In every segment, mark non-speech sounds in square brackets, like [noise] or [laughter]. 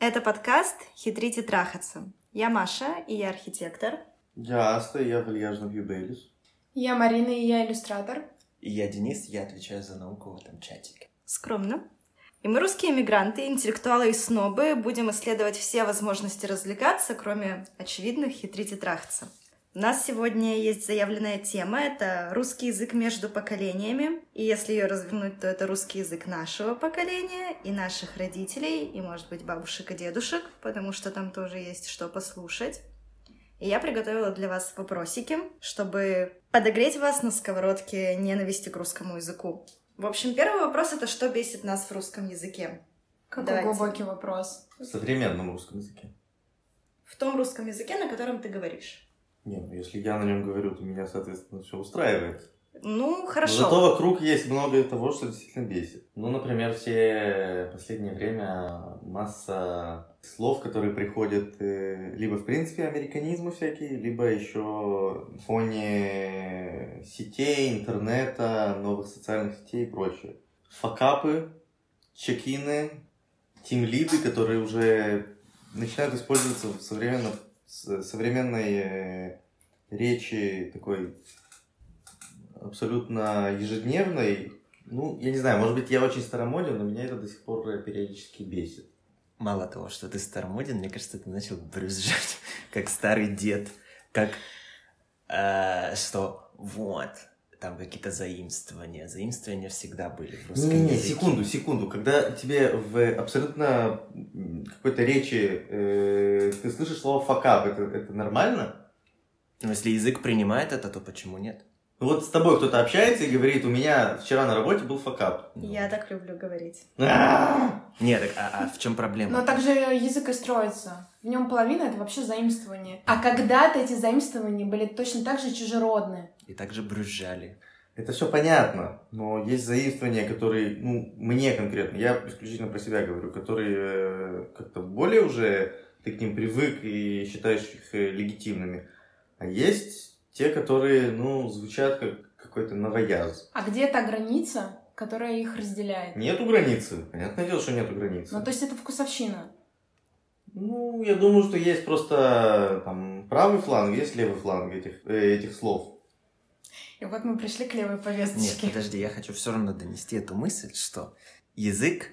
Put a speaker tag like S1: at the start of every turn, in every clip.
S1: Это подкаст «Хитрить и трахаться». Я Маша, и я архитектор.
S2: Я Аста, и я вальяжный Юбелис.
S3: Я Марина, и я иллюстратор.
S4: И я Денис, я отвечаю за науку в этом чатике.
S1: Скромно. И мы, русские мигранты, интеллектуалы и снобы, будем исследовать все возможности развлекаться, кроме очевидных «Хитрить и трахаться». У нас сегодня есть заявленная тема — это русский язык между поколениями. И если ее развернуть, то это русский язык нашего поколения и наших родителей, и, может быть, бабушек и дедушек, потому что там тоже есть что послушать. И я приготовила для вас вопросики, чтобы подогреть вас на сковородке ненависти к русскому языку. В общем, первый вопрос — это что бесит нас в русском языке?
S3: Какой
S1: Давайте.
S3: глубокий вопрос.
S2: В современном русском языке.
S1: В том русском языке, на котором ты говоришь.
S2: Не, ну если я на нем говорю, то меня, соответственно, все устраивает.
S1: Ну,
S2: Но
S1: хорошо.
S2: зато вокруг есть много того, что действительно бесит. Ну, например, все последнее время масса слов, которые приходят э, либо, в принципе, американизмы всякие, либо еще в фоне сетей, интернета, новых социальных сетей и прочее. Факапы, чекины, тимлиды, которые уже начинают использоваться в современном, с- современной э, речи такой абсолютно ежедневной. Ну, я не знаю, может быть, я очень старомоден, но меня это до сих пор э, периодически бесит.
S4: Мало того, что ты старомоден, мне кажется, ты начал брюзжать, [laughs] как старый дед, как э, что вот, там какие-то заимствования. Заимствования всегда были в русском
S2: Не-не-не,
S4: языке.
S2: секунду, секунду. Когда тебе в абсолютно м, какой-то речи э, ты слышишь слово «факап», это, это нормально?
S4: Но Ну, если язык принимает это, то почему нет?
S2: Ну Вот с тобой кто-то общается и говорит, у меня вчера на работе был факап.
S4: Ну.
S1: Я так люблю говорить.
S2: А,
S4: Не, так а, а в чем проблема?
S3: Но также язык и строится. В нем половина это вообще заимствование. А когда-то эти заимствования были точно так же чужеродны.
S4: И также брюзжали.
S2: Это все понятно, но есть заимствования, которые, ну, мне конкретно, я исключительно про себя говорю, которые э, как-то более уже ты к ним привык и считаешь их э, легитимными. А есть те, которые, ну, звучат как какой-то новояз.
S3: А где та граница, которая их разделяет?
S2: Нету границы. Понятное дело, что нету границы.
S3: Ну, то есть это вкусовщина.
S2: Ну, я думаю, что есть просто там правый фланг, есть левый фланг этих, э, этих слов.
S3: И вот мы пришли к левой
S4: Нет,
S3: повесточке.
S4: подожди, я хочу все равно донести эту мысль, что язык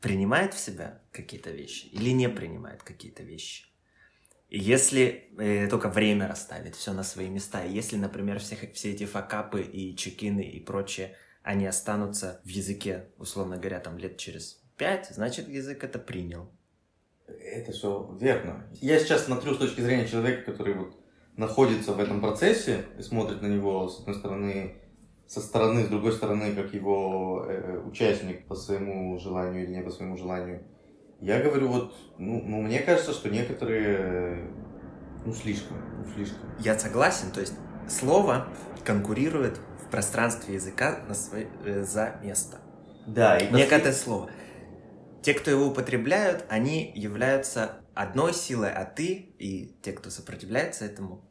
S4: принимает в себя какие-то вещи или не принимает какие-то вещи. И если э, только время расставит все на свои места, и если, например, все, все эти факапы и чекины и прочее, они останутся в языке, условно говоря, там лет через пять, значит, язык это принял.
S2: Это все верно. Я сейчас смотрю с точки зрения человека, который вот находится в этом процессе и смотрит на него с одной стороны, со стороны, с другой стороны, как его э, участник по своему желанию или не по своему желанию. Я говорю, вот, ну, ну, мне кажется, что некоторые, э, ну, слишком, ну, слишком.
S4: Я согласен, то есть слово конкурирует в пространстве языка на свой- э, за место.
S2: Да, и
S4: Некое слово. Те, кто его употребляют, они являются одной силой, а ты и те, кто сопротивляется этому,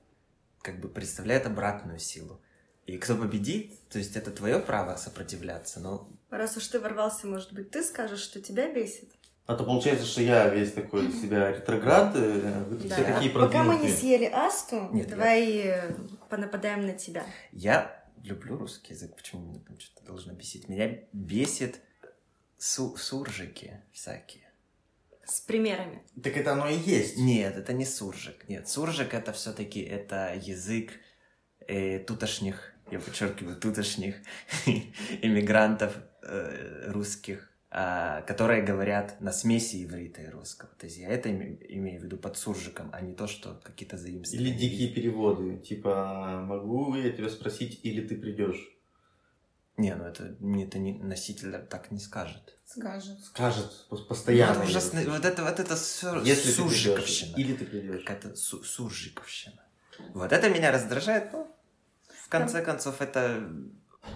S4: как бы представляют обратную силу. И кто победит, то есть это твое право сопротивляться, но
S1: Раз уж ты ворвался, может быть, ты скажешь, что тебя бесит?
S2: А то получается, что я весь такой из себя ретроград, э, вы тут
S1: Да.
S2: все такие
S1: Пока мы не
S2: продвинутые.
S1: съели Асту,
S4: Нет,
S1: давай э, понападаем на тебя.
S4: я люблю русский язык, почему меня там что-то должно бесить? Меня бесит су- суржики всякие.
S1: С примерами.
S2: Так это оно и есть.
S4: Нет, это не суржик. Нет, суржик это все-таки это язык э, тутошних, я подчеркиваю, тутошних [laughs] иммигрантов э, русских, а, которые говорят на смеси иврита и русского. То есть я это име- имею в виду под суржиком, а не то, что какие-то заимствования.
S2: Или дикие переводы. Типа, могу я тебя спросить, или ты придешь?
S4: Не, ну это, не- это не, носитель так не скажет.
S3: Скажет.
S2: Скажет пос-
S4: Ну,
S2: постоянно.
S4: это ужасно. вот это, вот это сур-
S2: Если ты придешь,
S4: суржиковщина.
S2: или ты придешь.
S4: Какая-то су- суржиковщина. Вот это меня раздражает, ну, но в конце концов это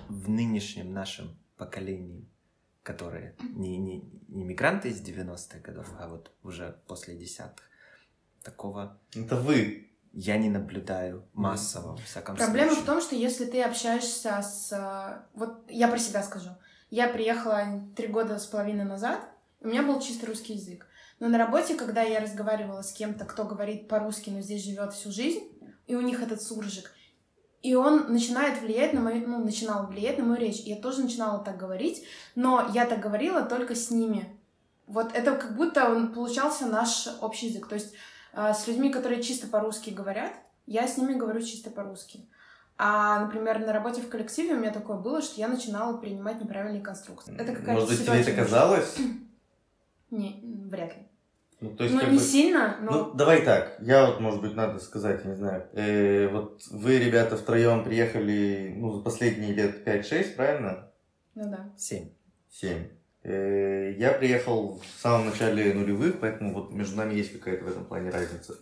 S4: в нынешнем нашем поколении, которые не, не, не мигранты из 90-х годов, а вот уже после десятых. Такого
S2: Это вы.
S4: я не наблюдаю массово, во всяком
S3: Проблема в
S4: случае.
S3: том, что если ты общаешься с... э, Вот я про себя скажу. Я приехала три года с половиной назад, у меня был чисто русский язык. Но на работе, когда я разговаривала с кем-то, кто говорит по-русски, но здесь живет всю жизнь, и у них этот суржик, и он начинает влиять на мою, ну, начинал влиять на мою речь. Я тоже начинала так говорить, но я так говорила только с ними. Вот это как будто он получался наш общий язык. То есть э, с людьми, которые чисто по-русски говорят, я с ними говорю чисто по-русски. А, например, на работе в коллективе у меня такое было, что я начинала принимать неправильные конструкции. Это какая-то
S2: Может быть, тебе это
S3: ситуативность. [clears throat]
S2: казалось?
S3: Не, м, вряд ли.
S2: Ну, то есть,
S3: ну,
S2: как
S3: не
S2: бы-
S3: сильно, но...
S2: Ну, давай так. Я вот, может быть, надо сказать, я не знаю. Э, вот вы, ребята, втроем приехали, ну, за последние лет 5-6, правильно?
S3: Ну да.
S4: Семь.
S2: 7. Э, я приехал в самом начале нулевых, поэтому вот между нами есть какая-то в этом плане разница.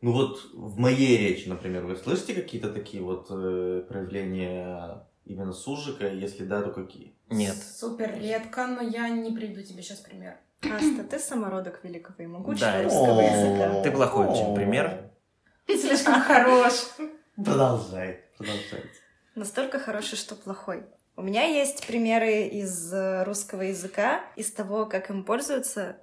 S2: Ну вот в моей речи, например, вы слышите какие-то такие вот э, проявления именно сужика? Если да, то какие?
S4: Нет.
S3: Супер редко, но я не приведу тебе сейчас пример.
S1: Аста, ты самородок великого и могучего
S4: Да.
S1: русского языка.
S4: Ты плохой, чем пример?
S3: Слишком хорош.
S2: Продолжай, продолжай.
S1: Настолько хороший, что плохой. У меня есть примеры из э, русского языка, из того, как им пользуются,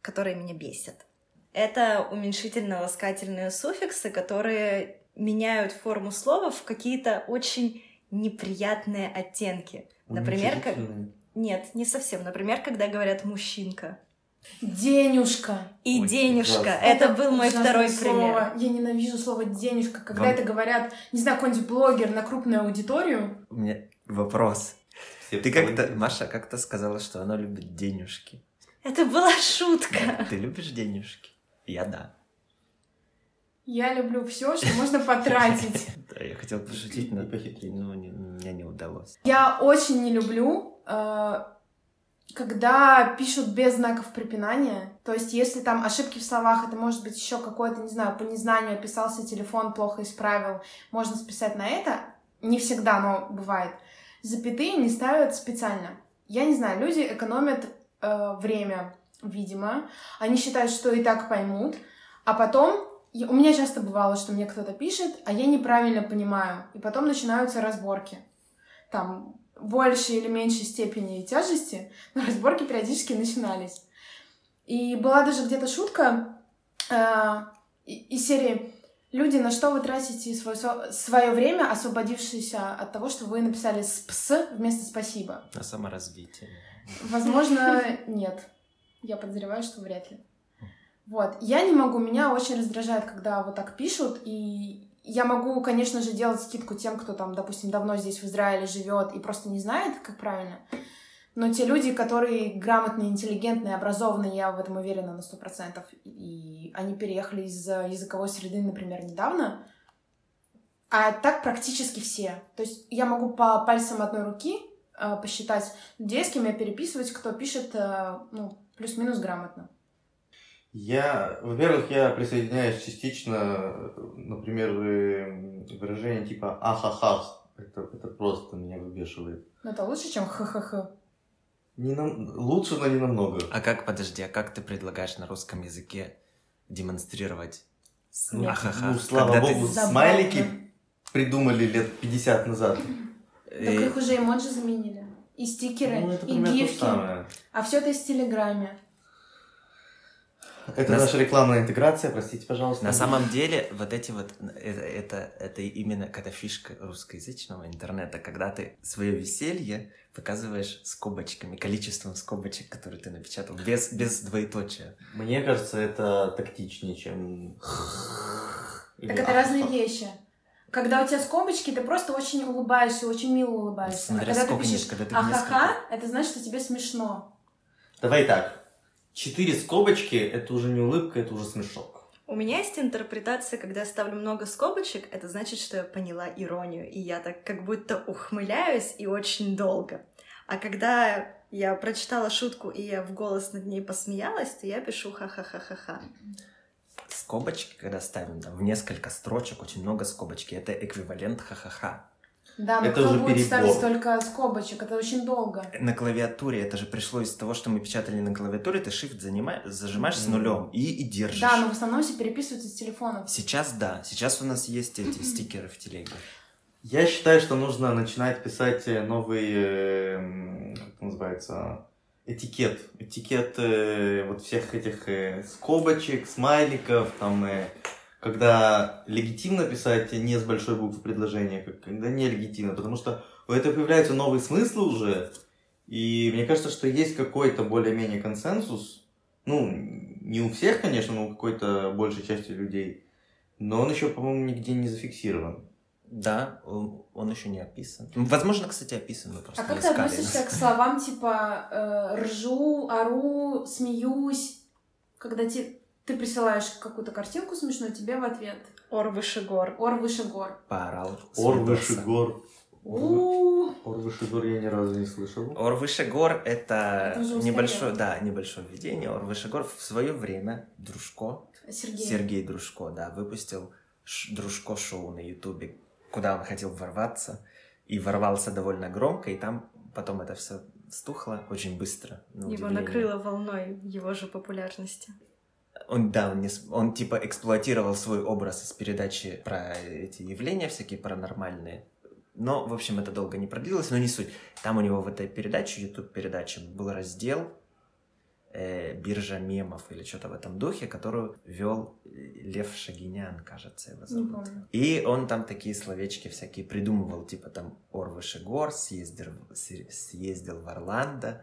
S1: которые меня бесят. Это уменьшительно-ласкательные суффиксы, которые меняют форму слова в какие-то очень неприятные оттенки. Например, как...
S2: Уничижительные.
S1: Нет, не совсем. Например, когда говорят «мужчинка».
S3: Денюшка.
S1: И
S4: Ой,
S1: денежка.
S2: ужасно.
S1: Это был мой
S3: ужасное
S1: второй пример.
S3: слово. Я ненавижу слово денежка, когда
S4: Вам-
S3: это говорят, не знаю, какой-нибудь блогер на крупную аудиторию.
S4: У меня вопрос.
S2: Все
S4: Ты как-то,
S2: половинки.
S4: Маша, как-то сказала, что она любит денежки.
S1: Это была
S3: [laughs]
S1: шутка.
S4: Ты любишь денежки? Я да.
S3: Я люблю все, что можно потратить.
S4: [laughs] Да, я хотел пошутить, но
S2: И похитрить.
S4: ну, не- мне не удалось.
S3: Я очень не люблю, э, когда пишут без знаков препинания. То есть, если там ошибки в словах, это может быть еще какое-то, не знаю, по незнанию описался телефон, плохо исправил, можно списать на это. Не всегда, но бывает. Запятые не ставят специально. Я не знаю, люди экономят э, время, видимо. Они считают, что и так поймут. А потом... и У меня часто бывало, что мне кто-то пишет, а я неправильно понимаю. И потом начинаются разборки там большей или меньшей степени тяжести, [laughs] но разборки периодически начинались. И была даже где-то шутка э, и- из серии «Люди, на что вы тратите свое, свое время, освободившееся от того, что вы написали «спс» вместо «спасибо»?»
S4: На саморазвитие.
S3: Возможно, нет. Я подозреваю, что вряд ли. Вот. Я не могу, меня очень раздражает, когда вот так пишут, и я могу, конечно же, делать скидку тем, кто там, допустим, давно здесь в Израиле живет и просто не знает, как правильно. Но те люди, которые грамотные, интеллигентные, образованные, я в этом уверена на сто процентов, и они переехали из э, языковой среды, например, недавно, а так практически все. То есть я могу по пальцам одной руки э, посчитать, людей, с кем я переписываюсь, кто пишет, э, ну, плюс-минус грамотно.
S2: Я, во-первых, я присоединяюсь частично, э, например, э, выражение типа ахахах. Это, это просто меня выбешивает.
S3: Но это лучше, чем ха-ха-ха.
S2: Не нам- Лучше, но не намного.
S4: А как, подожди, а как ты предлагаешь на русском языке демонстрировать?
S2: Ну,
S3: Нет.
S4: Ахаха.
S2: ну, слава
S4: Когда ты-
S2: богу,
S3: Забавно.
S2: смайлики придумали лет 50 назад.
S3: Так
S4: Э,
S3: их уже эмоджи заменили. И стикеры,
S2: Ну, это
S3: и
S2: примерно то же
S3: гифки.
S2: самое.
S3: А все это из Телеграме.
S2: Это
S4: На с-
S2: наша рекламная интеграция, простите, пожалуйста.
S4: э, На самом деле, вот эти вот, э, это, это именно какая-то фишка русскоязычного интернета, когда ты свое веселье показываешь скобочками, количеством скобочек, которые ты напечатал, без, без двоеточия.
S2: Мне кажется, это тактичнее, чем...
S3: Так это разные вещи. Когда у тебя скобочки, ты просто очень улыбаешься, очень мило улыбаешься. А
S4: Смотря
S3: когда ты
S4: сколько
S3: пишешь
S4: нет, когда ты
S3: «Ахаха»,
S4: несколько.
S3: это значит, что тебе смешно.
S2: Давай так. Четыре скобочки — это уже не улыбка, это уже смешок.
S1: У меня есть интерпретация, когда я ставлю много скобочек, это значит, что я поняла иронию, и я так как будто ухмыляюсь и очень долго. А когда я прочитала шутку, и я в голос над ней посмеялась, то я пишу ха-ха-ха-ха-ха.
S4: Скобочки, когда ставим там в несколько строчек, очень много скобочки, это эквивалент ха-ха-ха.
S3: Да, но
S2: Это
S3: кто
S2: уже
S3: будет
S2: перебор.
S3: ставить столько скобочек? Это очень долго.
S4: На клавиатуре, это же пришло из того, что мы печатали на клавиатуре, ты shift занимаешь, зажимаешь с нулем и, и держишь.
S3: Да, ну но в основном все переписываются с телефонов.
S4: Сейчас да, сейчас у нас есть эти стикеры в телеге.
S2: Я считаю, что нужно начинать писать э, новые, э, м, как это называется, этикет. Этикет э, вот всех этих э, скобочек, смайликов, там, э, когда легитимно писать не с большой буквы предложение, как- когда нелегитимно, потому что у этого появляются новые смыслы уже, и мне кажется, что есть какой-то более-менее консенсус, ну, не у всех, конечно, но у какой-то большей части людей, но он еще, по-моему, нигде не зафиксирован.
S4: Да, он, он еще не описан. Возможно, кстати, описан, мы просто
S3: А как
S4: не
S3: ты
S4: искали.
S3: относишься к словам типа э, ржу, ору, смеюсь, когда те- ты присылаешь какую-то картинку смешную, тебе в ответ
S1: Ор выше гор.
S3: ор выше гор.
S4: Поорал.
S2: Ор
S4: смеялся.
S2: выше гор.
S3: У,
S2: Ор выше гор я ни разу не слышал.
S4: Ор выше гор это,
S3: Это уже устарело.
S4: небольшое, да, небольшое введение. Ор выше гор в свое время Дружко,
S3: Сергей.
S4: Сергей Дружко, да, выпустил ш- Дружко шоу на Ютубе, куда он хотел ворваться и ворвался довольно громко, и там потом это все стухло очень быстро. на
S1: Его
S4: удивление.
S1: накрыло волной его же популярности.
S4: Он, да, он, не с- он типа эксплуатировал свой образ из передачи про эти явления всякие паранормальные. Но, в общем, это долго не продлилось, но не суть. Там у него в этой передаче, YouTube-передаче, был раздел э, «Биржа мемов» или что-то в этом духе, которую вел э, Лев Шагинян, кажется, его
S3: Не
S4: зовут.
S3: помню.
S4: И он там такие словечки всякие придумывал, типа там Ор выше гор, съездил, се- съездил в Орландо,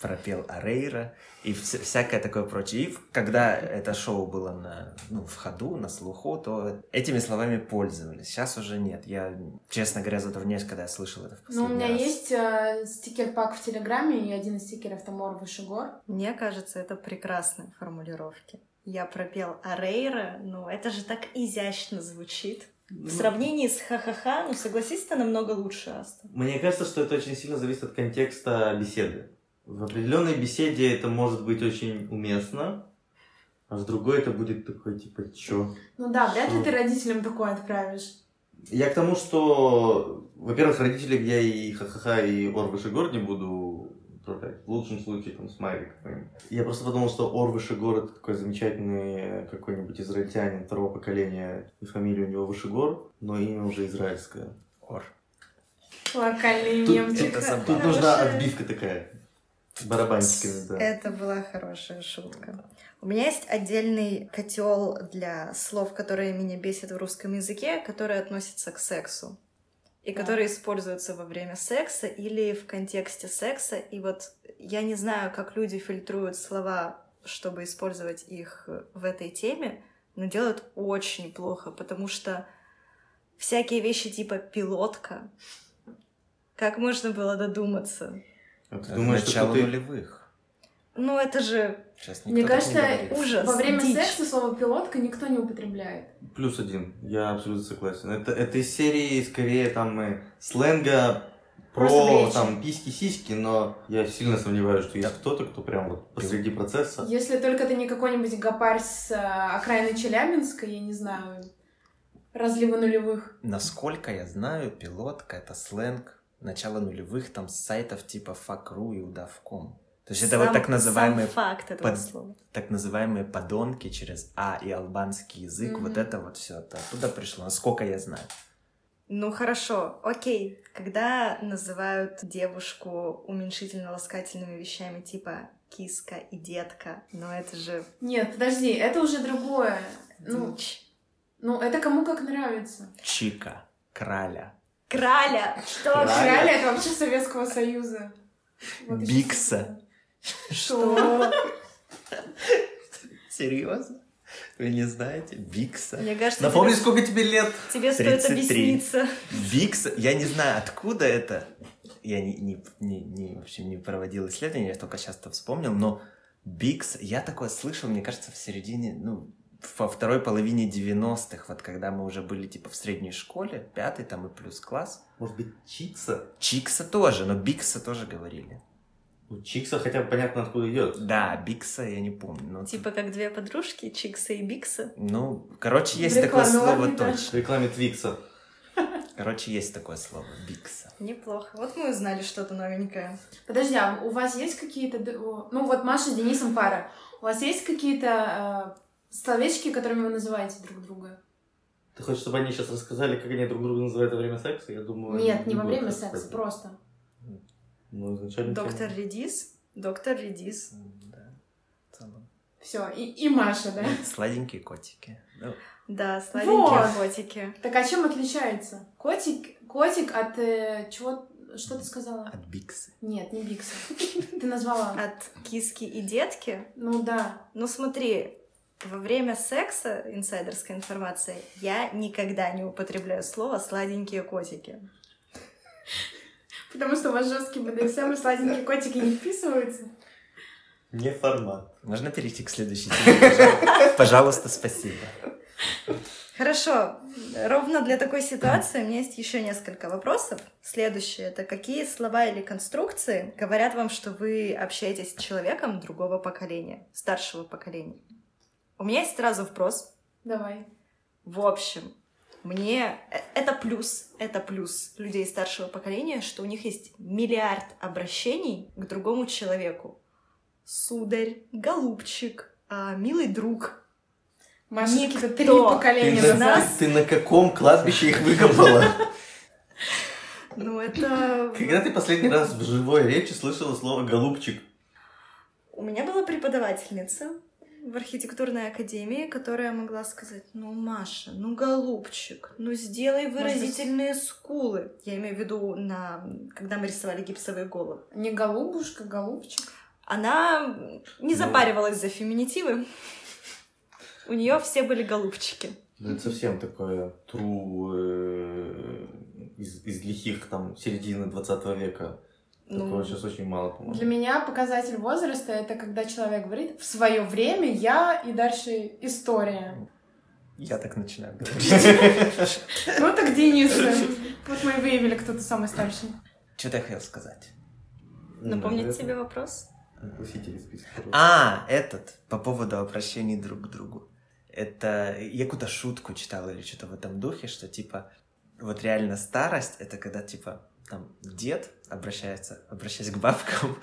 S4: пропел Арейра и вс- всякое такое прочее. И в- когда это шоу было на, ну, в ходу, на слуху, то этими словами пользовались. Сейчас уже нет. Я, честно говоря, затрудняюсь, когда я слышал это в
S3: Ну, у
S4: последний
S3: меня
S4: раз.
S3: есть э, стикер-пак в Телеграме, и один из стикеров там «Ор выше гор».
S1: Мне кажется, это прекрасные формулировки. Я пропел Арейра, но это же так изящно звучит.
S4: Ну,
S1: В сравнении с ха-ха-ха, ну согласись, это намного лучше, Аста.
S2: Мне кажется, что это очень сильно зависит от контекста беседы. В определенной беседе это может быть очень уместно, а в другой это будет такой, типа, чё?
S3: Ну да, вряд ли
S2: Шо?
S3: ты родителям такое отправишь.
S2: Я к тому, что, во-первых, родителям я и ха-ха-ха, и ор выше гор не буду отправлять. В лучшем случае, там, смайлик какой-нибудь. Я просто подумал, что ор выше гор это такой замечательный э, какой-нибудь израильтянин второго поколения, и фамилия у него выше гор, но имя уже израильское.
S4: Ор.
S3: Локальный
S2: Тут
S3: мемчик.
S4: это забавно.
S2: Тут нужна
S1: Хорошая.
S2: отбивка такая, с барабанчиками, да.
S1: Это была хорошая шутка. У меня есть отдельный котел для слов, которые меня бесят в русском языке, которые относятся к сексу. И
S3: Да.
S1: которые используются во время секса или в контексте секса. И вот я не знаю, как люди фильтруют слова, чтобы использовать их в этой теме, но делают очень плохо, потому что всякие вещи типа пилотка. Как можно было додуматься?
S2: А ты
S4: Это
S2: думаешь,
S4: начало
S2: что ты...
S4: нулевых.
S1: Ну это же
S4: Сейчас
S3: Мне
S4: никто так не
S3: кажется,
S4: говорит.
S1: ужас.
S3: Во время
S1: дичь.
S3: секса слово «пилотка» никто не употребляет.
S2: Плюс один, я абсолютно согласен. Это, это из серии скорее там э, сленга
S3: Просто в
S2: про
S3: речи.
S2: там письки-сиськи, но я сильно сомневаюсь, что есть
S4: Да.
S2: кто-то, кто прям вот посреди процесса.
S3: Если только ты не какой-нибудь гопарь с э, окраины Челябинска, я не знаю, разлива нулевых.
S4: Насколько я знаю, пилотка это сленг начала нулевых там с сайтов типа факру и удавком. То есть это вот
S1: Сам-
S4: так называемые,
S1: сам факт этого
S4: под-
S1: слова.
S4: так называемые подонки через А и албанский язык.
S3: Мгм.
S4: Вот это вот все оттуда пришло, насколько я знаю.
S1: Ну хорошо, окей. Когда называют девушку уменьшительно-ласкательными вещами типа киска и детка, но это же
S3: Нет, подожди, это уже другое. Ну,
S1: дичь.
S3: ну, это кому как нравится.
S4: Чика, краля,
S1: Краля! Что?
S2: Краля.
S1: же?
S3: Реально, это вообще Советского Союза. еще
S4: Бикса.
S3: что-то.
S1: Что?
S4: Серьезно? Вы не знаете? Бикса.
S1: Мне кажется,
S2: Напомни,
S1: тебе,
S2: сколько тебе лет?
S1: тебе стоит
S4: 33.
S1: объясниться.
S4: Бикс, я не знаю, откуда это. Я не, не, не, не, в общем, не проводил исследования, я только сейчас-то вспомнил, но Бикс, я такое слышал, мне кажется, в середине, ну, во второй половине 90-х, вот когда мы уже были, типа, в средней школе, пятый там и плюс класс.
S2: Может быть, Чикса?
S4: Чикса тоже, но Бикса тоже говорили.
S2: Ну, Чикса хотя бы понятно, откуда идет.
S4: Да, Бикса я не помню. но-
S1: Типа как две подружки, Чикса и Бикса.
S4: Ну, короче, есть
S3: Реклама,
S4: такое слово
S3: ладно, да.
S4: точно.
S2: В рекламе Твикса.
S4: Короче, есть такое слово, Бикса.
S1: Неплохо. Вот мы узнали что-то новенькое.
S3: Подожди, а у вас есть какие-то... д- о, Ну, вот Маша с Денисом пара. У вас есть какие-то э, словечки, которыми вы называете друг друга?
S2: Ты хочешь, чтобы они сейчас рассказали, как они друг друга называют во время секса? Я думаю,
S3: Нет,
S2: они
S3: не во
S2: будут
S3: время
S2: рассказывать.
S3: секса, просто.
S2: Ну, изначально...
S1: Доктор Редис. Доктор Редис.
S4: Да. В целом.
S3: Все, и, и Маша, да?
S4: Сладенькие котики. Ну,
S1: Да, сладенькие
S3: Вот.
S1: котики.
S3: Так а чем отличается? Котик, котик от э, чего? Что ты сказала?
S4: От Биксы.
S3: Нет, не [laughs] Бикса. Ты назвала.
S1: От киски и детки.
S3: Ну да.
S1: Ну смотри, во время секса, инсайдерская информация, я никогда не употребляю слово «сладенькие котики».
S3: Потому что у вас жесткий БДСМ и сладенькие котики не вписываются.
S2: Не формат.
S4: Можно перейти к следующей теме? пожалуйста? [laughs] Пожалуйста, спасибо.
S1: Хорошо, ровно для такой ситуации у меня есть еще несколько вопросов. Следующее — это какие слова или конструкции говорят вам, что вы общаетесь с человеком другого поколения, старшего поколения? У меня есть сразу вопрос —
S3: Давай.
S1: В общем, мне э- это плюс, это плюс людей старшего поколения, что у них есть миллиард обращений к другому человеку. Сударь, голубчик, а, милый друг.
S3: Маша,
S1: Никто.
S3: какие-то три поколения
S1: Ты
S2: на,
S1: за-
S3: назад.
S1: нас.
S2: ты на каком кладбище их выкопала?
S1: Ну это...
S2: [laughs] Когда ты последний раз в живой речи слышала слово «голубчик»?
S1: У меня была преподавательница в архитектурной академии, которая могла сказать, ну, Маша, ну, голубчик, ну, сделай выразительные скулы. Я имею в виду, на... когда мы рисовали гипсовые головы.
S3: Не голубушка, голубчик.
S1: Она не
S2: Ну.
S1: запаривалась за феминитивы. У нее все были голубчики.
S2: Ну, это совсем такое тру э, из, из лихих там середины 20 века. Такого
S1: Ну,
S2: сейчас очень мало, по-моему.
S3: Для меня показатель возраста это когда человек говорит в свое время я и дальше история.
S4: Я так начинаю говорить. [laughs]
S3: Ну так Денис. э, Вот мы и выявили, кто ты самый старший.
S4: Что-то я хотел сказать.
S2: Ну,
S1: напомнить тебе вопрос?
S2: Носители списка.
S4: А, этот, по поводу обращений друг к другу. Это, я какую-то шутку читал или что-то в этом духе, что типа, вот реально старость, это когда типа, там, дед обращается, обращаясь к бабкам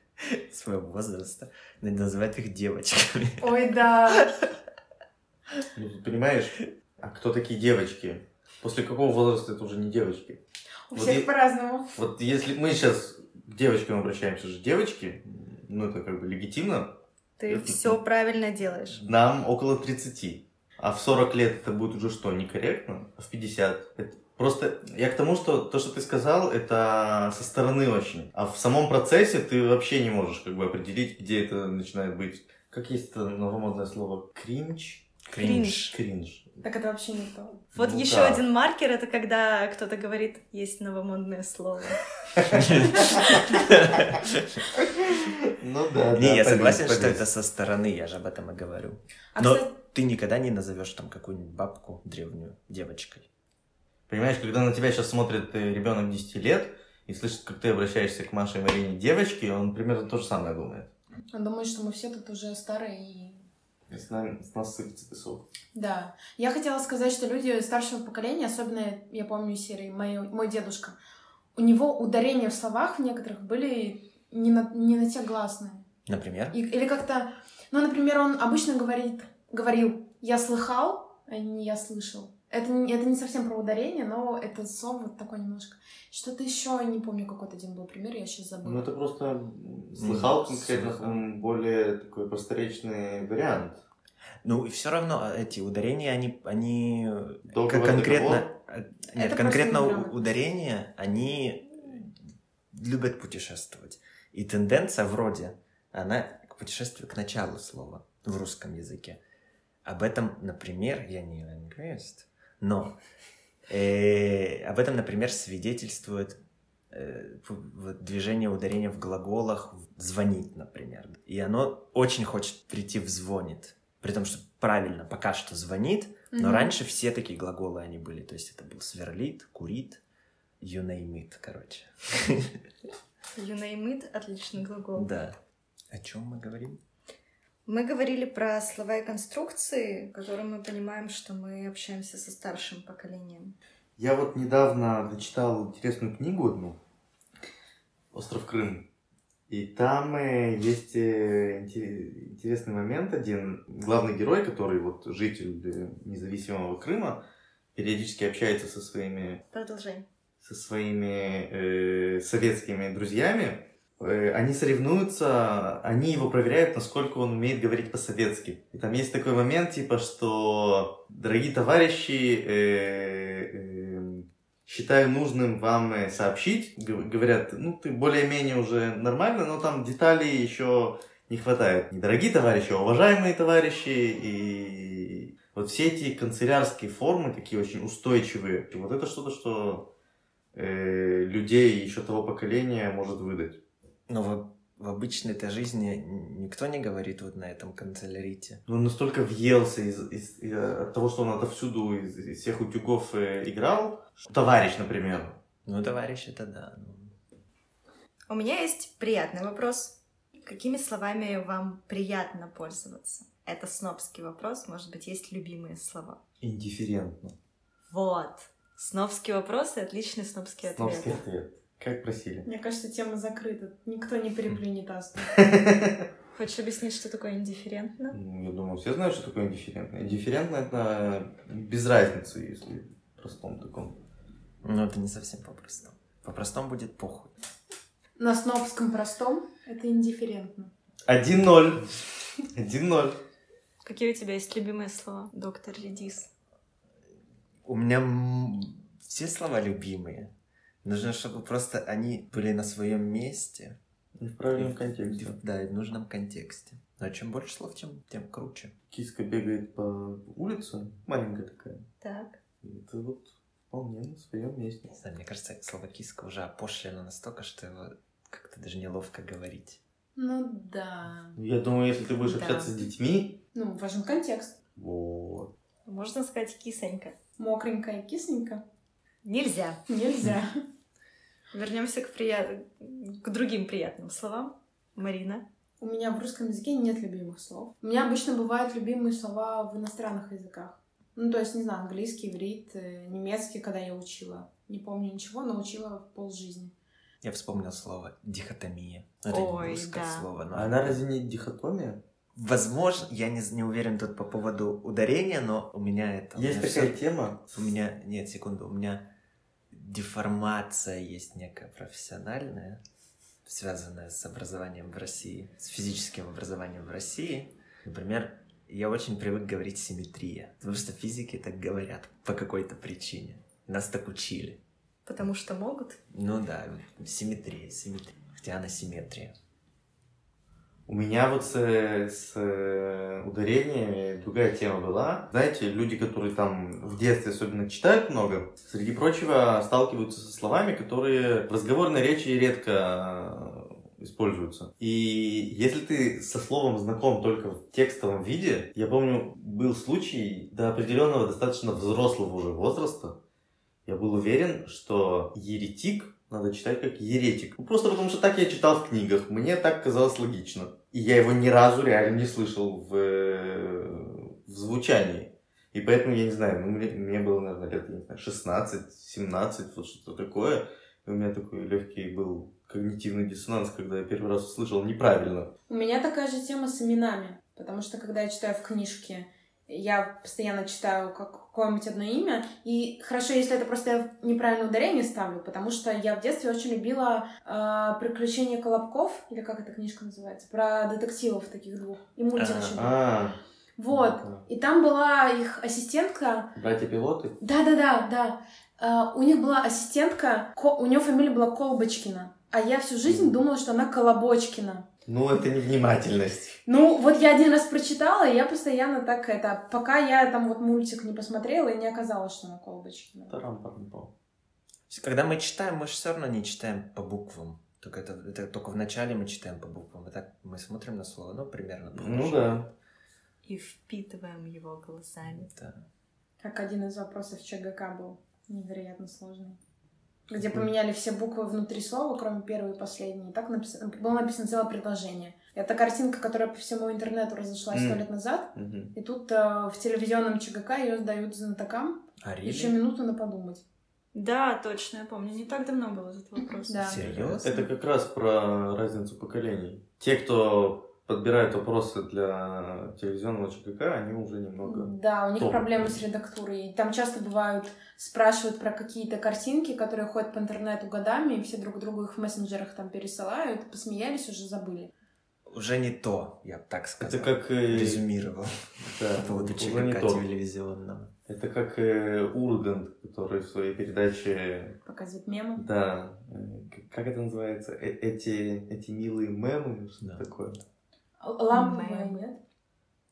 S4: [laughs] своего возраста, называет их девочками.
S3: Ой, да.
S2: Ну, тут понимаешь, а кто такие девочки? После какого возраста это уже не девочки?
S3: У
S2: Вот
S3: всех
S2: я-
S3: по-разному.
S2: Вот если мы сейчас к девочкам обращаемся же, девочки, ну это как бы легитимно,
S1: Ты
S2: Это-
S1: все правильно делаешь.
S2: нам около 30. А в 40 лет это будет уже что, некорректно? А в 50? Это просто я к тому, что то, что ты сказал, это со стороны очень. А в самом процессе ты вообще не можешь как бы определить, где это начинает быть. Как есть это новомодное слово? Кринж?
S1: Кринж.
S2: Кринж.
S3: Так это вообще не то.
S1: Вот
S2: Ну
S1: еще
S2: да.
S1: один маркер это когда кто-то говорит, есть новомодное слово.
S2: Ну да. да,
S4: Не, я
S2: повис,
S4: согласен, что
S2: повис.
S4: это со стороны, я же об этом и говорю.
S3: А,
S4: Но
S3: кстати,
S4: ты никогда не назовешь там какую-нибудь бабку древнюю девочкой.
S2: Понимаешь, когда на тебя сейчас смотрит ребенок 10 лет и слышит, как ты обращаешься к Маше и Марине девочке, он примерно то же самое думает.
S3: он думает, что мы все тут уже старые и
S2: С, нами, с нас сыпется песок.
S3: Да. Я хотела сказать, что люди старшего поколения, особенно, я помню, из серии «Моё- «Мой, дедушка», у него ударения в словах в некоторых были не на, не на те гласные.
S4: Например?
S3: И- или как-то... Ну, например, он обычно говорит, говорил «я слыхал», а не «я слышал». Это, не- это не совсем про ударение, но это слово вот такое немножко. Что-то еще, не помню, какой-то один был пример, я сейчас забыла.
S2: Ну это просто м, слыхал
S4: Мгм,
S2: конкретно
S4: слыхал.
S2: м, более такой просторечный вариант.
S4: Ну, и все равно э, эти ударения, они, они э,
S2: Долго
S4: кон-
S2: в это
S4: конкретно...
S2: кого?
S4: э, Нет,
S3: Это
S4: конкретно
S3: просто
S4: у-
S3: неграмотно.
S4: ударения, они любят путешествовать. И тенденция вроде, она к путешествию к началу слова в русском языке. Об этом, например, я не лингвист, но э, об этом, например, свидетельствует э, п- вот движение ударения в глаголах в- звонит, например. И оно очень хочет прийти в звонит. При том, что правильно пока что звонит, но
S3: Мгм.
S4: Ну, раньше все такие глаголы они были. То есть это был сверлит, курит, you name it, короче.
S1: You name it, отличный глагол.
S4: Да. О чем мы говорим?
S1: Мы говорили про слова и конструкции, которые мы понимаем, что мы общаемся со старшим поколением.
S2: Я вот недавно дочитал интересную книгу одну «Остров Крым». И там э, есть э, инте- интересный момент один. Главный герой, который вот житель э, независимого Крыма, периодически общается со своими
S1: Продолжай.
S2: со своими э, советскими друзьями, Э, Они соревнуются, они его проверяют, насколько он умеет говорить по-советски. И там есть такой момент, типа, что, дорогие товарищи, э, эм, считаю нужным вам э, сообщить, Г- говорят, ну, ты более-менее уже нормально, но там деталей еще не хватает. Не дорогие товарищи, а уважаемые товарищи, и вот все эти канцелярские формы такие очень устойчивые. И вот это что-то, что э, людей еще того поколения может выдать.
S4: Но в, в обычной-то жизни никто не говорит вот на этом канцелярите.
S2: Ну, он настолько въелся из, из- и, э, от того, что он отовсюду из, из всех утюгов э, играл. что Товарищ, например.
S4: Ну, товарищ, это да. ну.
S1: У меня есть приятный вопрос. Какими словами вам приятно пользоваться? Это снобский вопрос, может быть, есть любимые слова.
S2: Индифферентно.
S1: Вот. Снобский вопрос и отличный снобский ответ.
S2: Снобский ответ. Как просили.
S3: Мне кажется, тема закрыта. Никто не переплюнет Асту.
S1: Хочешь объяснить, что такое индифферентно?
S2: Ну, я думаю, все знают, что такое индифферентно. Индифферентно — это без разницы, если в простом таком.
S4: Ну, это не совсем по-простому. По-простому будет похуй.
S3: На снобском простом это индифферентно.
S2: 1-0. 1-0.
S1: Какие у тебя есть любимые слова, доктор Редис?
S4: У меня м, все слова любимые. Нужно, чтобы просто они были на своем месте.
S2: Не в
S4: И
S2: правильном
S4: в-
S2: контексте.
S4: Да, и в нужном контексте. Но чем больше слов, тем, тем круче.
S2: Киска бегает по улице, маленькая такая.
S1: Так.
S2: И это вот вполне на своем месте.
S4: Не знаю, мне кажется, слово киска уже опошлено настолько, что его как-то даже неловко говорить.
S3: Ну да.
S2: Я думаю, если ты будешь
S3: Да.
S2: общаться с детьми...
S3: Ну, важен контекст.
S2: Вот.
S1: Можно сказать кисонька?
S3: Мокренько и кисленько.
S1: Нельзя.
S3: Нельзя.
S1: Вернемся к, прият- к другим приятным словам. Марина.
S3: У меня в русском языке нет любимых слов. У меня обычно бывают любимые слова в иностранных языках. Ну, то есть, не знаю, английский, иврит, э, немецкий, когда я учила. Не помню ничего, но учила полжизни.
S4: Я вспомнил слово дихотомия. Ну, Это
S1: Ой,
S4: не русское
S1: да.
S4: слово, но...
S2: А она разве не дихотомия?
S4: Возможно, я не, не уверен тут по поводу ударения, но у меня это... у
S2: Есть
S4: меня
S2: такая
S4: всё-
S2: тема.
S4: У меня... Нет, секунду. У меня деформация есть некая профессиональная, связанная с образованием в России, с физическим образованием в России. Например, я очень привык говорить симметрия, потому что физики так говорят по какой-то причине. Нас так учили.
S1: Потому что могут.
S4: Ну да, симметрия, симметрия. Хотя она симметрия.
S2: У меня вот с, э, с э, ударениями другая тема была. Знаете, люди, которые там в детстве особенно читают много, среди прочего сталкиваются со словами, которые в разговорной речи редко э, используются. И если ты со словом знаком только в текстовом виде, я помню, был случай до определенного достаточно взрослого уже возраста, я был уверен, что еретик надо читать как еретик. Ну, просто потому что так я читал в книгах. Мне так казалось логично. И я его ни разу реально не слышал в, э, в звучании. И поэтому, я не знаю, ну, мне, мне было, наверное, лет, я не знаю, 16, 17, вот что-то такое. И у меня такой легкий был когнитивный диссонанс, когда я первый раз услышал неправильно.
S3: У меня такая же тема с именами, потому что когда я читаю в книжке, я постоянно читаю как- какое-нибудь одно имя, и хорошо, если это просто я неправильное ударение ставлю, потому что я в детстве очень любила э, «Приключения Колобков», или как эта книжка называется, про детективов таких двух, и мультик
S4: Ага.
S3: еще был.
S2: А,
S3: Вот, и там была их ассистентка,
S2: братья-пилоты?
S3: да, да, да, да. Э, у них была ассистентка, Ко- у нее фамилия была Колбочкина, а я всю жизнь думала, что она Колобочкина.
S2: Ну, это невнимательность.
S3: Ну, вот я один раз прочитала, и я постоянно так это, пока я там вот мультик не посмотрела и не оказалась, что она Колбочкина.
S2: Тарам-парам-пам.
S4: То есть, Когда мы читаем, мы же все равно не читаем по буквам. Только это, это только в начале мы читаем по буквам, и так мы смотрим на слово, ну, примерно
S2: Ну
S4: похоже.
S2: да.
S1: И впитываем его голосами.
S4: Да.
S3: Как один из вопросов ЧГК был невероятно сложный. Где поменяли все буквы внутри слова, кроме первой и последней. И Так напис- было написано целое предложение. Это картинка, которая по всему интернету разошлась сто
S2: Мгм.
S3: лет назад.
S2: Мгм.
S3: И тут э, в телевизионном ЧГК ее сдают знатокам.
S4: А
S3: Еще
S4: really?
S3: минуту на подумать.
S1: Да, точно, я помню. Не так давно был этот вопрос.
S3: Да.
S4: Серьезно?
S2: Это как раз про разницу поколений. Те, кто подбирают вопросы для телевизионного ЧКК, они уже немного...
S3: Да, у них
S2: Тоже.
S3: проблемы с редактурой. И там часто бывают, спрашивают про какие-то картинки, которые ходят по интернету годами, и все друг другу их в мессенджерах там пересылают, посмеялись, уже забыли.
S4: Уже не то, я бы так сказал.
S2: Это как... э,
S4: резюмировал
S2: да,
S4: по поводу
S2: уже
S4: ЧКК
S2: не то.
S4: телевизионного.
S2: Это как э, Ургант, который в своей передаче,
S3: Показывают мемы.
S2: да, э, к- как это называется, Э- эти, эти милые мемы, что
S4: Да.
S2: такое.
S3: Л- Ламповые,
S1: Мемы.
S3: нет?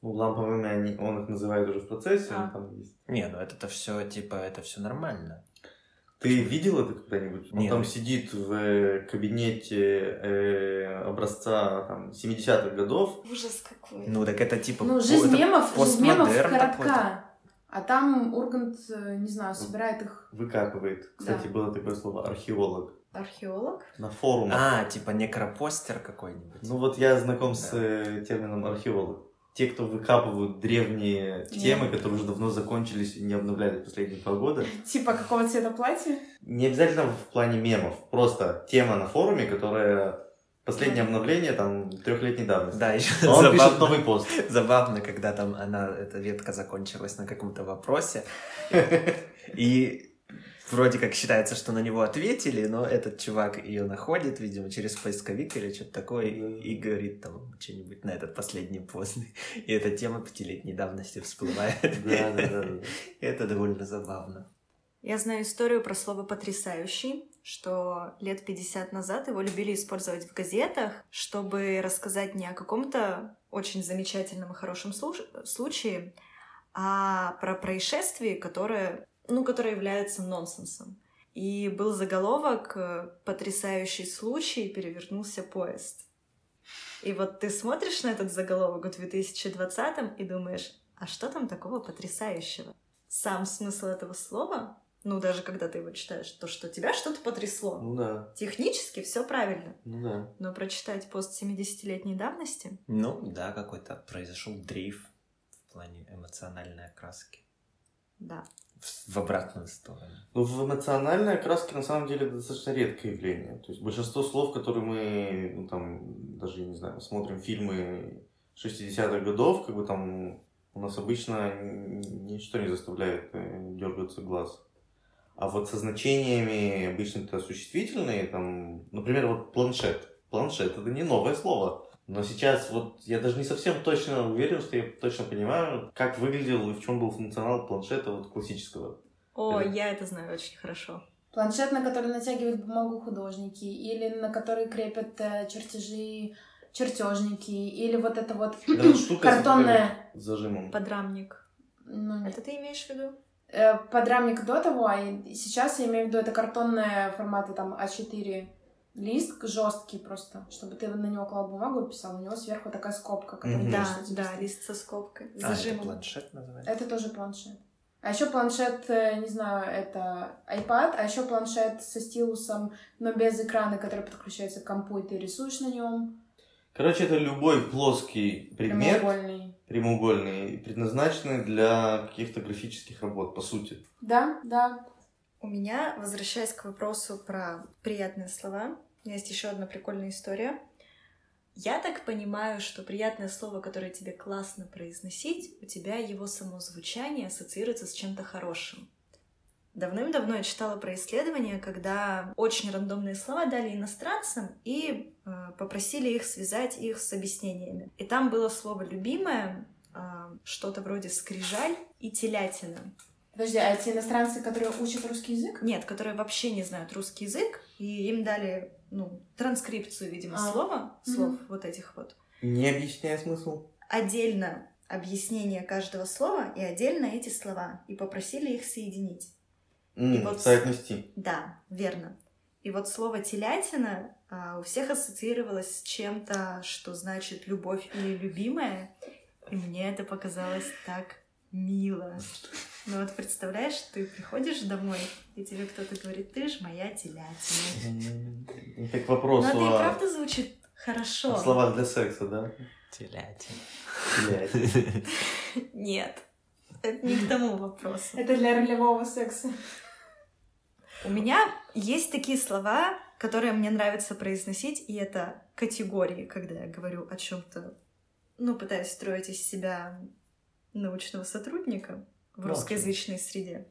S2: Ну, ламповыми они, он их называет уже в процессе,
S3: А.
S2: он там есть.
S4: Не, ну это все типа, это все нормально.
S2: Ты видел это когда-нибудь? Он
S4: Нет.
S2: там сидит в э, кабинете э, образца там, 70-х годов.
S1: Ужас какой.
S4: Ну так это типа...
S3: Ну,
S4: по-
S3: жизнь
S4: это
S3: мемов, жизнь мемов
S4: постмодерн такой-то.
S3: коротка. А там Ургант, э, не знаю, собирает их. [laughs]
S2: Выкапывает. Кстати,
S3: Да.
S2: было такое слово археолог
S1: Археолог?
S2: на форумах.
S4: А, типа некропостер какой-нибудь.
S2: Ну вот я знаком с э, термином археолог. Те, кто выкапывают древние темы, которые уже давно закончились и не обновляли последние два года.
S3: Типа какого цвета платья?
S2: Не обязательно в плане мемов. Просто тема на форуме, которая последнее обновление там трехлетней давности.
S4: да, еще
S2: А Он пишет
S4: забавно,
S2: новый пост.
S4: забавно, когда там она, эта ветка закончилась на каком-то вопросе, и вроде как считается, что на него ответили, но этот чувак ее находит, видимо, через поисковик или что-то такое, и говорит там что-нибудь на этот последний пост. И эта тема пятилетней давности всплывает.
S2: Да, да, да, да.
S4: Это довольно забавно.
S1: Я знаю историю про слово «потрясающий», что лет 50 назад его любили использовать в газетах, чтобы рассказать не о каком-то очень замечательном и хорошем слуш- случае, а про происшествие, которое, ну, которое является нонсенсом. И был заголовок э, «Потрясающий случай, перевернулся поезд». И вот ты смотришь на этот заголовок в 2020 и думаешь, а что там такого потрясающего? сам смысл этого слова, ну, даже когда ты его читаешь, то, что тебя что-то потрясло.
S2: Ну да,
S1: Технически все правильно,
S2: ну да.
S1: но прочитать пост 70-летней давности,
S4: Ну, да, какой-то произошел дрейф в плане эмоциональной окраски.
S1: да.
S4: В, в обратную сторону.
S2: Ну, в эмоциональной окраске на самом деле это достаточно редкое явление. То есть большинство слов, которые мы, ну, там, даже, я не знаю, смотрим фильмы 60-х годов, как бы там у нас обычно н- ничто не заставляет э, дергаться глаз. А вот со значениями обычно это существительные, там, например, вот планшет. Планшет это не новое слово. Но сейчас вот я даже не совсем точно уверен, что я точно понимаю, как выглядел и в чем был функционал планшета вот классического.
S1: О,
S2: Это-
S1: я это знаю очень хорошо.
S3: Планшет, на который натягивают бумагу художники, или на который крепят э, чертежи чертежники, или вот это вот
S2: Да, вот штука с
S3: картонная,
S2: вот этим зажимом.
S1: Подрамник.
S3: ну, нет.
S1: Это ты имеешь в виду?
S3: Э, подрамник до того, а и сейчас я имею в виду это картонная формата там А4 лист жесткий просто, чтобы ты на него клал бумагу и писал, у него сверху такая скобка, которая
S2: Мгм.
S1: Да,
S3: может быть,
S1: да,
S3: просто.
S1: лист со скобкой, с
S4: типа А, это
S1: зажимом.
S4: планшет называется?
S3: Это тоже планшет. А еще планшет, э, не знаю, это iPad, а еще планшет со стилусом, но без экрана, который подключается к компу, и ты рисуешь на нем.
S2: Короче, это любой плоский предмет, прямоугольный.
S3: Прямоугольный.
S2: предназначенный для каких-то графических работ, по сути.
S3: Да, да.
S1: У меня, возвращаясь к вопросу про приятные слова, у меня есть еще одна прикольная история. Я так понимаю, что приятное слово, которое тебе классно произносить, у тебя его само звучание ассоциируется с чем-то хорошим. Давным-давно я читала про исследование, когда очень рандомные слова дали иностранцам и э, попросили их связать их с объяснениями. И там было слово «любимое», э, что-то вроде «скрижаль» и «телятина».
S3: Подожди, а эти иностранцы, которые учат русский язык?
S1: Нет, которые вообще не знают русский язык, и им дали, ну, транскрипцию, видимо,
S3: А.
S1: слова,
S3: Мгм.
S1: слов вот этих вот.
S2: Не объясняя смысл.
S1: Отдельно объяснение каждого слова и отдельно эти слова, и попросили их соединить.
S2: М,
S1: И вот-
S2: Соотнести.
S1: Да, верно. И вот слово «телятина» а, у всех ассоциировалось с чем-то, что значит «любовь» или «любимая», и мне это показалось так мило. Ну вот представляешь, ты приходишь домой, и тебе кто-то говорит «ты ж моя телятина».
S2: М, Это к
S1: Но
S2: вопросу
S1: Ну, это и
S2: Ну, о,
S1: правда звучит хорошо.
S2: о словах для секса, да?
S4: Телятин.
S2: Блядь.
S1: Нет. Это не к тому вопросу.
S3: [laughs] Это для ролевого секса.
S1: У меня есть такие слова, которые мне нравится произносить, и это категории, когда я говорю о чем-то ну, пытаюсь строить из себя научного сотрудника в
S2: Молодцы.
S1: русскоязычной среде.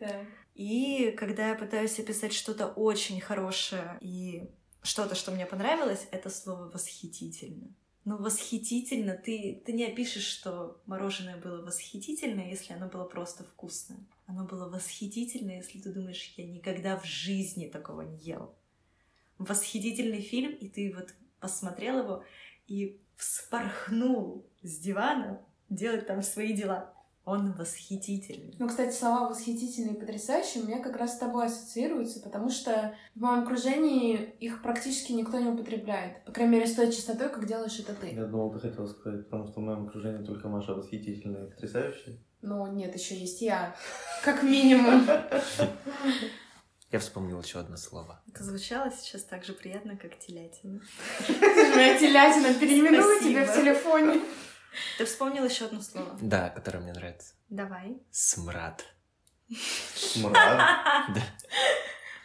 S3: Да.
S1: И когда я пытаюсь описать что-то очень хорошее и что-то, что мне понравилось, это слово «восхитительно». Ну, восхитительно. Ты, ты не опишешь, что мороженое было восхитительно, если оно было просто вкусное. Оно было восхитительно, если ты думаешь, я никогда в жизни такого не ел. Восхитительный фильм, и ты вот посмотрел его и вспорхнул с дивана делать там свои дела. Он восхитительный.
S3: Ну, кстати, слова восхитительные и потрясающие у меня как раз с тобой ассоциируются, потому что в моем окружении их практически никто не употребляет. По крайней мере, с той частотой, как делаешь это ты.
S2: Я думал, ты хотела сказать, потому что в моем окружении только Маша восхитительная и потрясающая.
S3: Ну, нет, еще есть я. Как минимум.
S4: Я вспомнил еще одно слово.
S1: Это звучало сейчас так же приятно, как телятина.
S3: Слушай, Моя телятина переименую
S1: Спасибо.
S3: тебя в телефоне.
S1: Ты вспомнил еще одно слово.
S4: Да, которое мне нравится.
S1: Давай.
S4: Смрад.
S2: Смрад.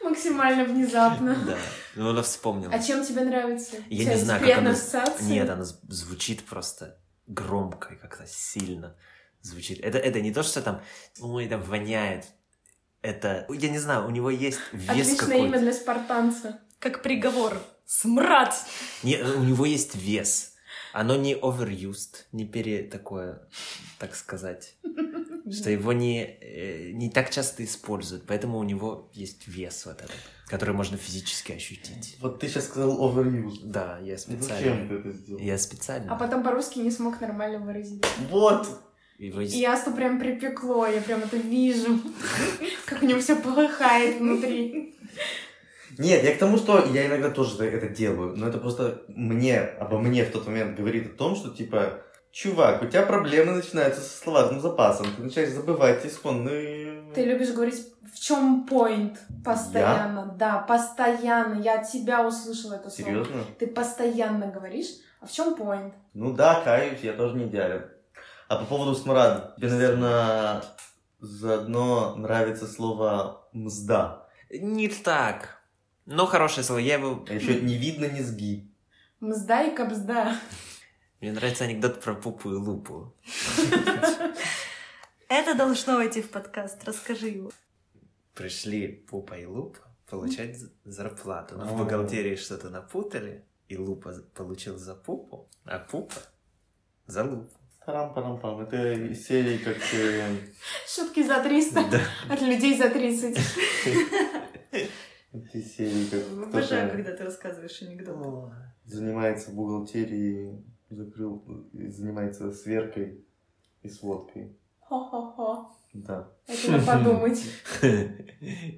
S3: Максимально внезапно.
S4: Да. Ну, она вспомнила.
S3: А чем тебе нравится? У
S4: Я
S3: тебя
S4: не
S3: есть
S4: знаю, как
S3: приятная
S4: оно-
S3: ассоциация?
S4: Нет, оно з- звучит просто громко и как-то сильно звучит. Это, это не то, что там, ой, там воняет. Это, я не знаю, у него есть вес
S3: Отличное имя
S4: какой-то.
S3: для спартанца.
S1: Как приговор. Смрад!
S4: Не, у него есть вес. Оно не overused, не пере такое, так сказать, что его не, э, не так часто используют, поэтому у него есть вес вот этот, который можно физически ощутить.
S2: Вот ты сейчас сказал overuse.
S4: Да, я
S2: Ну, Зачем
S4: специально.
S2: ты это сделал?
S4: Я
S3: А
S4: специально.
S3: потом по-русски не смог нормально выразить.
S2: Вот!
S4: Его
S3: И
S4: есть-
S3: я что прям припекло, я прям это вижу. [laughs] Как у него все полыхает внутри.
S2: Нет, я к тому, что я иногда тоже за это делаю, но это просто мне, обо мне в тот момент говорит о том, что типа, чувак, у тебя проблемы начинаются со словарным запасом, ты начинаешь забывать исконные...
S3: Ты любишь говорить, в чем point? Постоянно, да, постоянно. Я от тебя услышала это слово.
S2: Серьезно?
S3: Ты постоянно говоришь, а в чем point?
S2: Ну да, каюсь, я тоже не идеален. А по поводу смрада, тебе, наверное, заодно нравится слово «мзда».
S4: Не так. Но хорошее слово. Я его...
S2: А еще не видно низги.
S3: Мзда и кобзда. [laughs]
S4: Мне нравится анекдот про пупу и лупу.
S1: Это должно войти в подкаст. Расскажи его.
S4: Пришли пупа и лупа получать з- зарплату. Но в
S2: О.
S4: бухгалтерии что-то напутали, и лупа з- получил за пупу, а пупа
S2: [laughs]
S4: за лупу.
S2: Тарам-парам-пам. Это из серии как... э,
S3: Шутки за
S4: [laughs]
S3: 300
S4: Да.
S3: от людей за 30.
S2: Это из серии как...
S1: Обожаю,
S2: кто-то
S1: когда ты рассказываешь анекдоты.
S4: О.
S2: [laughs] Занимается бухгалтерией, закрыл... и Занимается сверкой и сводкой.
S3: Хо-хо-хо.
S2: Да.
S3: Это надо подумать.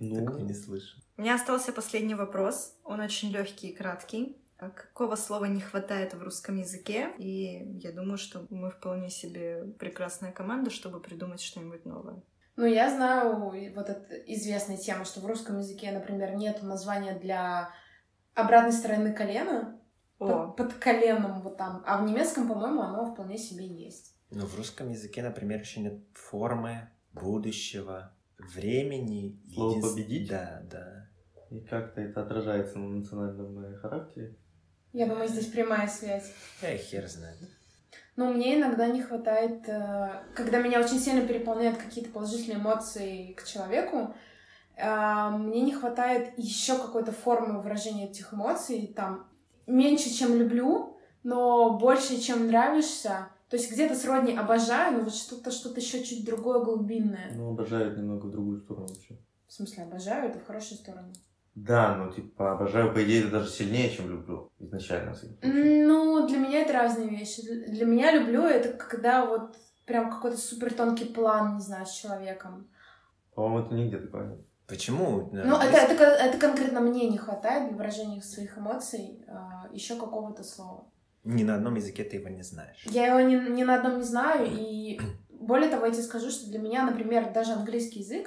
S2: Ну.
S4: Такого не слышу.
S1: У меня остался последний вопрос. Он очень легкий и краткий. А Какого слова не хватает в русском языке? И я думаю, что мы вполне себе прекрасная команда, чтобы придумать что-нибудь новое.
S3: Ну, я знаю и вот эту известную тему, что в русском языке, например, нет названия для обратной стороны колена,
S1: О,
S3: под, под коленом вот там, а в немецком, по-моему, оно вполне себе есть.
S4: Но в русском языке, например, еще нет формы будущего времени.
S2: Слово
S4: Един-
S2: «победить»?
S4: Да, да.
S2: И как-то это отражается на национальном э, характере.
S3: Я думаю, здесь прямая связь.
S4: Я и хер знает.
S3: Но мне иногда не хватает, э, когда меня очень сильно переполняют какие-то положительные эмоции к человеку, э, мне не хватает еще какой-то формы выражения этих эмоций, там, меньше, чем люблю, но больше, чем нравишься. То есть где-то сродни обожаю, но вот что-то, что-то еще чуть другое, глубинное.
S2: Ну, обожают немного в другую сторону вообще.
S3: В смысле, обожаю, это в хорошую сторону.
S2: Да, ну типа обожаю, по идее, это даже сильнее, чем люблю изначально. в всяком случае.
S3: Ну, для меня это разные вещи. Для для меня люблю это когда вот прям какой-то супер тонкий план, не знаю, с человеком.
S2: По-моему, это нигде такое нет.
S4: Почему? Э,
S3: Ну, это, это, кон- это конкретно мне не хватает для выражения своих эмоций еще какого-то слова.
S4: Ни на одном языке ты его не знаешь.
S3: Я его ни, ни на одном не знаю, и более того, я тебе скажу, что для меня, например, даже английский язык,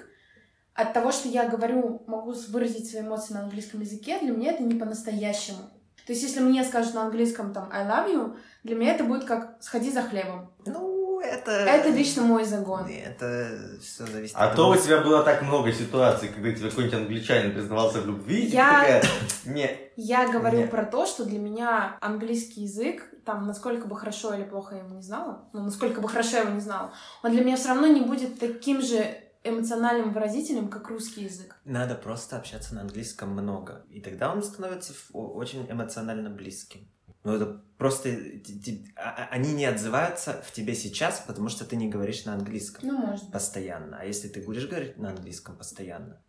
S3: от того, что я говорю, могу с- выразить свои эмоции на английском языке, для меня это не по-настоящему. То есть, если мне скажут на английском там «I love you», для меня это будет как «сходи за хлебом».
S4: Ну, это...
S3: Это лично мой загон.
S4: Не, Это все зависит
S2: А
S4: от
S2: то у
S4: того,
S2: тебя было так много ситуаций, когда тебе какой-нибудь англичанин признавался в любви, и ты
S3: Я-
S2: такая, не,
S3: Я говорю
S2: Нет.
S3: про то, что для меня английский язык, там, насколько бы хорошо или плохо я его не знала, ну, насколько бы хорошо я его не знала, он для меня все равно не будет таким же эмоциональным выразителем, как русский язык.
S4: надо просто общаться на английском много. И тогда он становится ф- о- очень эмоционально близким. Ну, это просто... т- т- а- а- Они не отзываются в тебе сейчас, потому что ты не говоришь на английском
S3: Ну, может. быть.
S4: постоянно. А если ты будешь говорить на английском постоянно...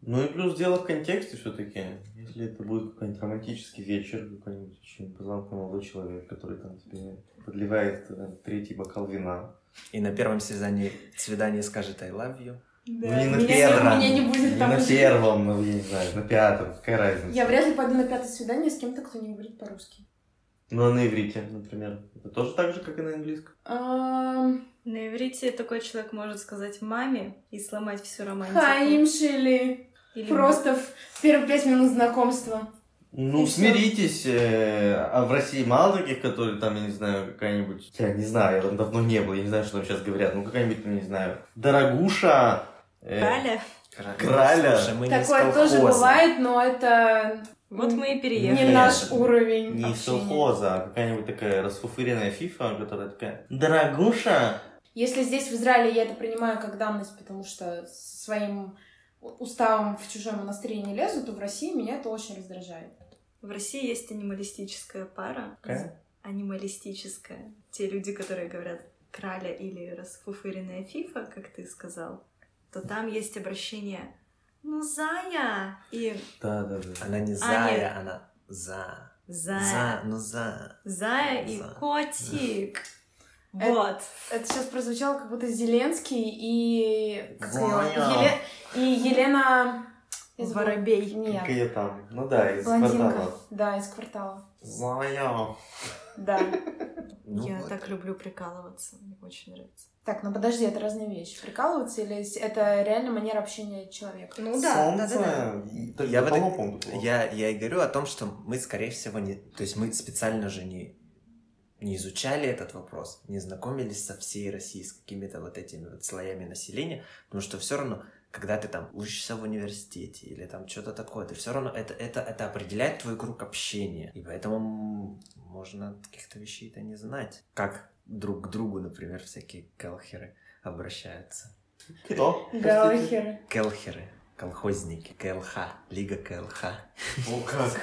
S2: Ну и плюс дело в контексте все-таки. Если это будет какой-нибудь романтический вечер, какой-нибудь очень позвонкий молодой человек, который там тебе подливает э, третий бокал вина.
S4: И на первом свидании, свидании скажет «I love you».
S3: Да.
S2: Ну, не на
S3: меня,
S2: первом.
S3: меня не будет
S2: Не
S3: там
S2: на
S3: уже.
S2: первом, ну я не знаю, на пятом, какая разница.
S3: Я вряд ли пойду на пятое свидание с кем-то, кто не говорит по-русски.
S2: Ну а на иврите, например, это тоже так же, как и на английском.
S3: Эм,
S1: На иврите такой человек может сказать маме и сломать всю романтику.
S3: Хаим Шили.
S1: Или
S3: Просто в первые пять минут знакомства.
S2: Ну,
S3: И всё.
S2: смиритесь, э, а в России мало таких, которые там, я не знаю, какая-нибудь... Я не знаю, я там давно не был, я не знаю, что там сейчас говорят. Ну, какая-нибудь, там, не знаю, дорогуша... э,
S1: Далее.
S2: Краля.
S4: Слушай, мы не из
S3: Такое тоже
S4: колхоза.
S3: бывает, но это
S1: Вот мы и
S3: не
S1: переехали.
S2: Нет.
S3: наш уровень
S2: Не из
S3: общения.
S2: совхоза, а какая-нибудь такая расфуфыренная фифа, которая такая... Дорогуша!
S3: Если здесь, в Израиле, я это принимаю как данность, потому что со своим уставом в чужой монастырь не лезу, то в России меня это очень раздражает.
S1: В России есть анималистическая пара.
S2: Какая?
S1: Анималистическая. Те люди, которые говорят краля или расфуфыренная фифа, как ты сказал, то там есть обращение «Ну, зая!» и
S2: Да-да-да.
S3: А,
S4: Она не зая, она за. За,
S1: «Зая!»
S4: ну за.
S1: «Зая» и
S4: За.
S1: «Котик!»
S3: Э,
S1: Вот.
S3: Это сейчас прозвучало как будто Зеленский и... как ее?
S2: Зоя.
S3: Еле- И Елена... я забыла.
S1: Воробей.
S3: Нет.
S2: Какие там? Ну да, из
S3: Блондинка.
S2: квартала.
S3: Да, из квартала.
S2: Зоя.
S3: Да.
S4: Ну
S1: Я
S4: вот.
S1: так люблю прикалываться. Мне очень нравится.
S3: Так, ну подожди, это разные вещи. Прикалываться или с- это реально манера общения человека?
S1: Ну
S2: Солнце. И только
S4: Я в этой-
S2: по-моему, было.
S4: Я, я и говорю о том, что мы, скорее всего, не... То есть мы специально же не, не изучали этот вопрос, не знакомились со всей Россией, с какими-то вот этими вот слоями населения, потому что все равно, когда ты там учишься в университете или там что-то такое, ты все равно это, это, это определяет твой круг общения. И поэтому м, можно каких-то вещей-то не знать. Как друг к другу, например, всякие келхеры обращаются.
S2: Кто?
S3: Гаухер.
S4: Келхеры, колхозники, КЛХ, Лига КЛХ.
S2: О, как.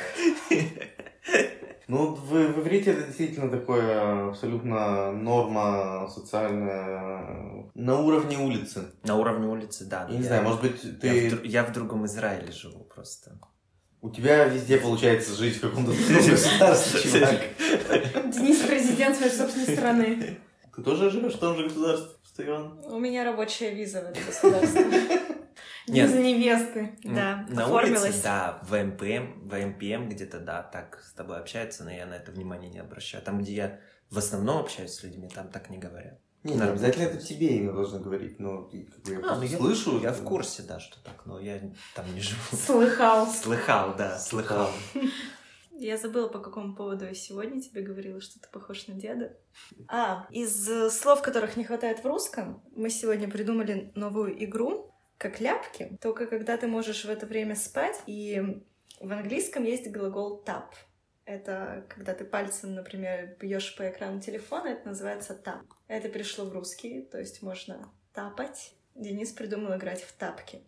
S2: Ну, вы, в иврите это действительно такое абсолютно норма социальная на уровне улицы.
S4: На уровне улицы, да. но
S2: Я не знаю, может быть,
S4: я
S2: ты...
S4: в, дру- я в другом Израиле живу просто.
S2: у тебя везде получается жить в [laughs] каком-то другом государстве, чувак.
S3: Денис президент своей собственной страны.
S2: Ты тоже живешь в том же государстве, что и он?
S1: У меня рабочая виза в это государство.
S4: Нет.
S3: Из-за невесты.
S1: Да,
S4: М, на
S1: оформилась.
S4: улице, да, в МПМ, в МПМ где-то, да, так с тобой общаются, но я на это внимание не обращаю. Там, где я в основном общаюсь с людьми, там так не говорят.
S2: Не, не обязательно это тебе именно должно говорить, но ты, как бы, я
S4: А,
S2: просто
S4: ну я-
S2: слышу.
S4: Я в курсе, да, что так, но я там не живу. [laughs]
S3: Слыхал.
S4: Слыхал, да, слыхал.
S1: Я забыла, по какому поводу я сегодня тебе говорила, что ты похож на деда. А, из э, слов, которых не хватает в русском, мы сегодня придумали новую игру, как ляпки, только когда ты можешь в это время спать, и в английском есть глагол tap. Это когда ты пальцем, например, бьешь по экрану телефона, это называется tap. Это перешло в русский, то есть можно тапать. Денис придумал играть в тапки.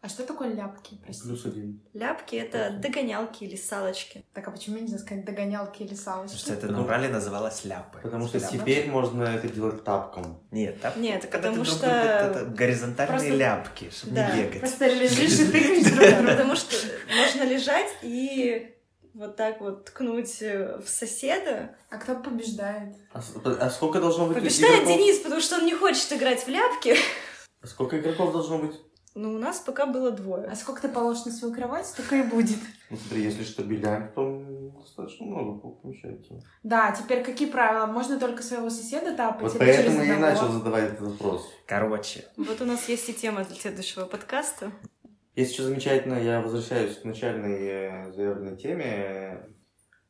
S3: А что такое ляпки, прости?
S2: Плюс один.
S1: Ляпки — это догонялки или салочки.
S3: Так, а почему нельзя сказать догонялки или
S4: Потому
S3: салочки?
S4: что это на
S2: Потому-
S4: Урале называлось ляпы.
S2: Потому что
S4: Ляпы.
S2: теперь можно это делать тапком.
S4: Нет, тапки
S1: Нет,
S4: это когда
S1: потому
S4: ты друг
S1: что-
S4: другу- это горизонтальные
S3: Просто-
S4: ляпки, чтобы
S1: Да,
S4: не бегать.
S3: Просто лежишь и тыкаешь друг
S1: Да,
S3: друга.
S1: Потому что можно лежать и вот так вот ткнуть э, в соседа.
S3: А кто побеждает?
S2: А, с- а сколько должно быть
S1: Побеждает
S2: игроков?
S1: Денис, потому что он не хочет играть в ляпки.
S2: А Сколько игроков должно быть?
S1: Но у нас пока было двое.
S3: А сколько ты положишь на свою кровать, столько и будет.
S2: Ну смотри, если штабелями, то достаточно много получается.
S3: Да, теперь какие правила? Можно только своего соседа тапать
S2: Вот
S3: или
S2: поэтому
S3: А через
S2: я и
S3: одного?
S2: начал задавать этот вопрос.
S4: Короче,
S1: Вот у нас есть и тема для следующего подкаста.
S2: Если что замечательно, я возвращаюсь к начальной э, заявленной теме.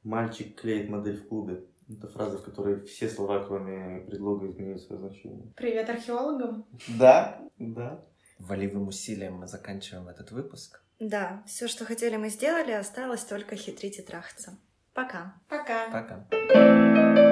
S2: Мальчик клеит модель в клубе. Это фраза, в которой все слова, кроме предлога, изменяют свое значение.
S3: Привет археологам.
S2: Да, да.
S4: Волевым усилием мы заканчиваем этот выпуск.
S1: Да, все, что хотели, мы сделали, осталось только хитрить и трахаться. Пока.
S3: Пока.
S4: Пока.
S3: Пока.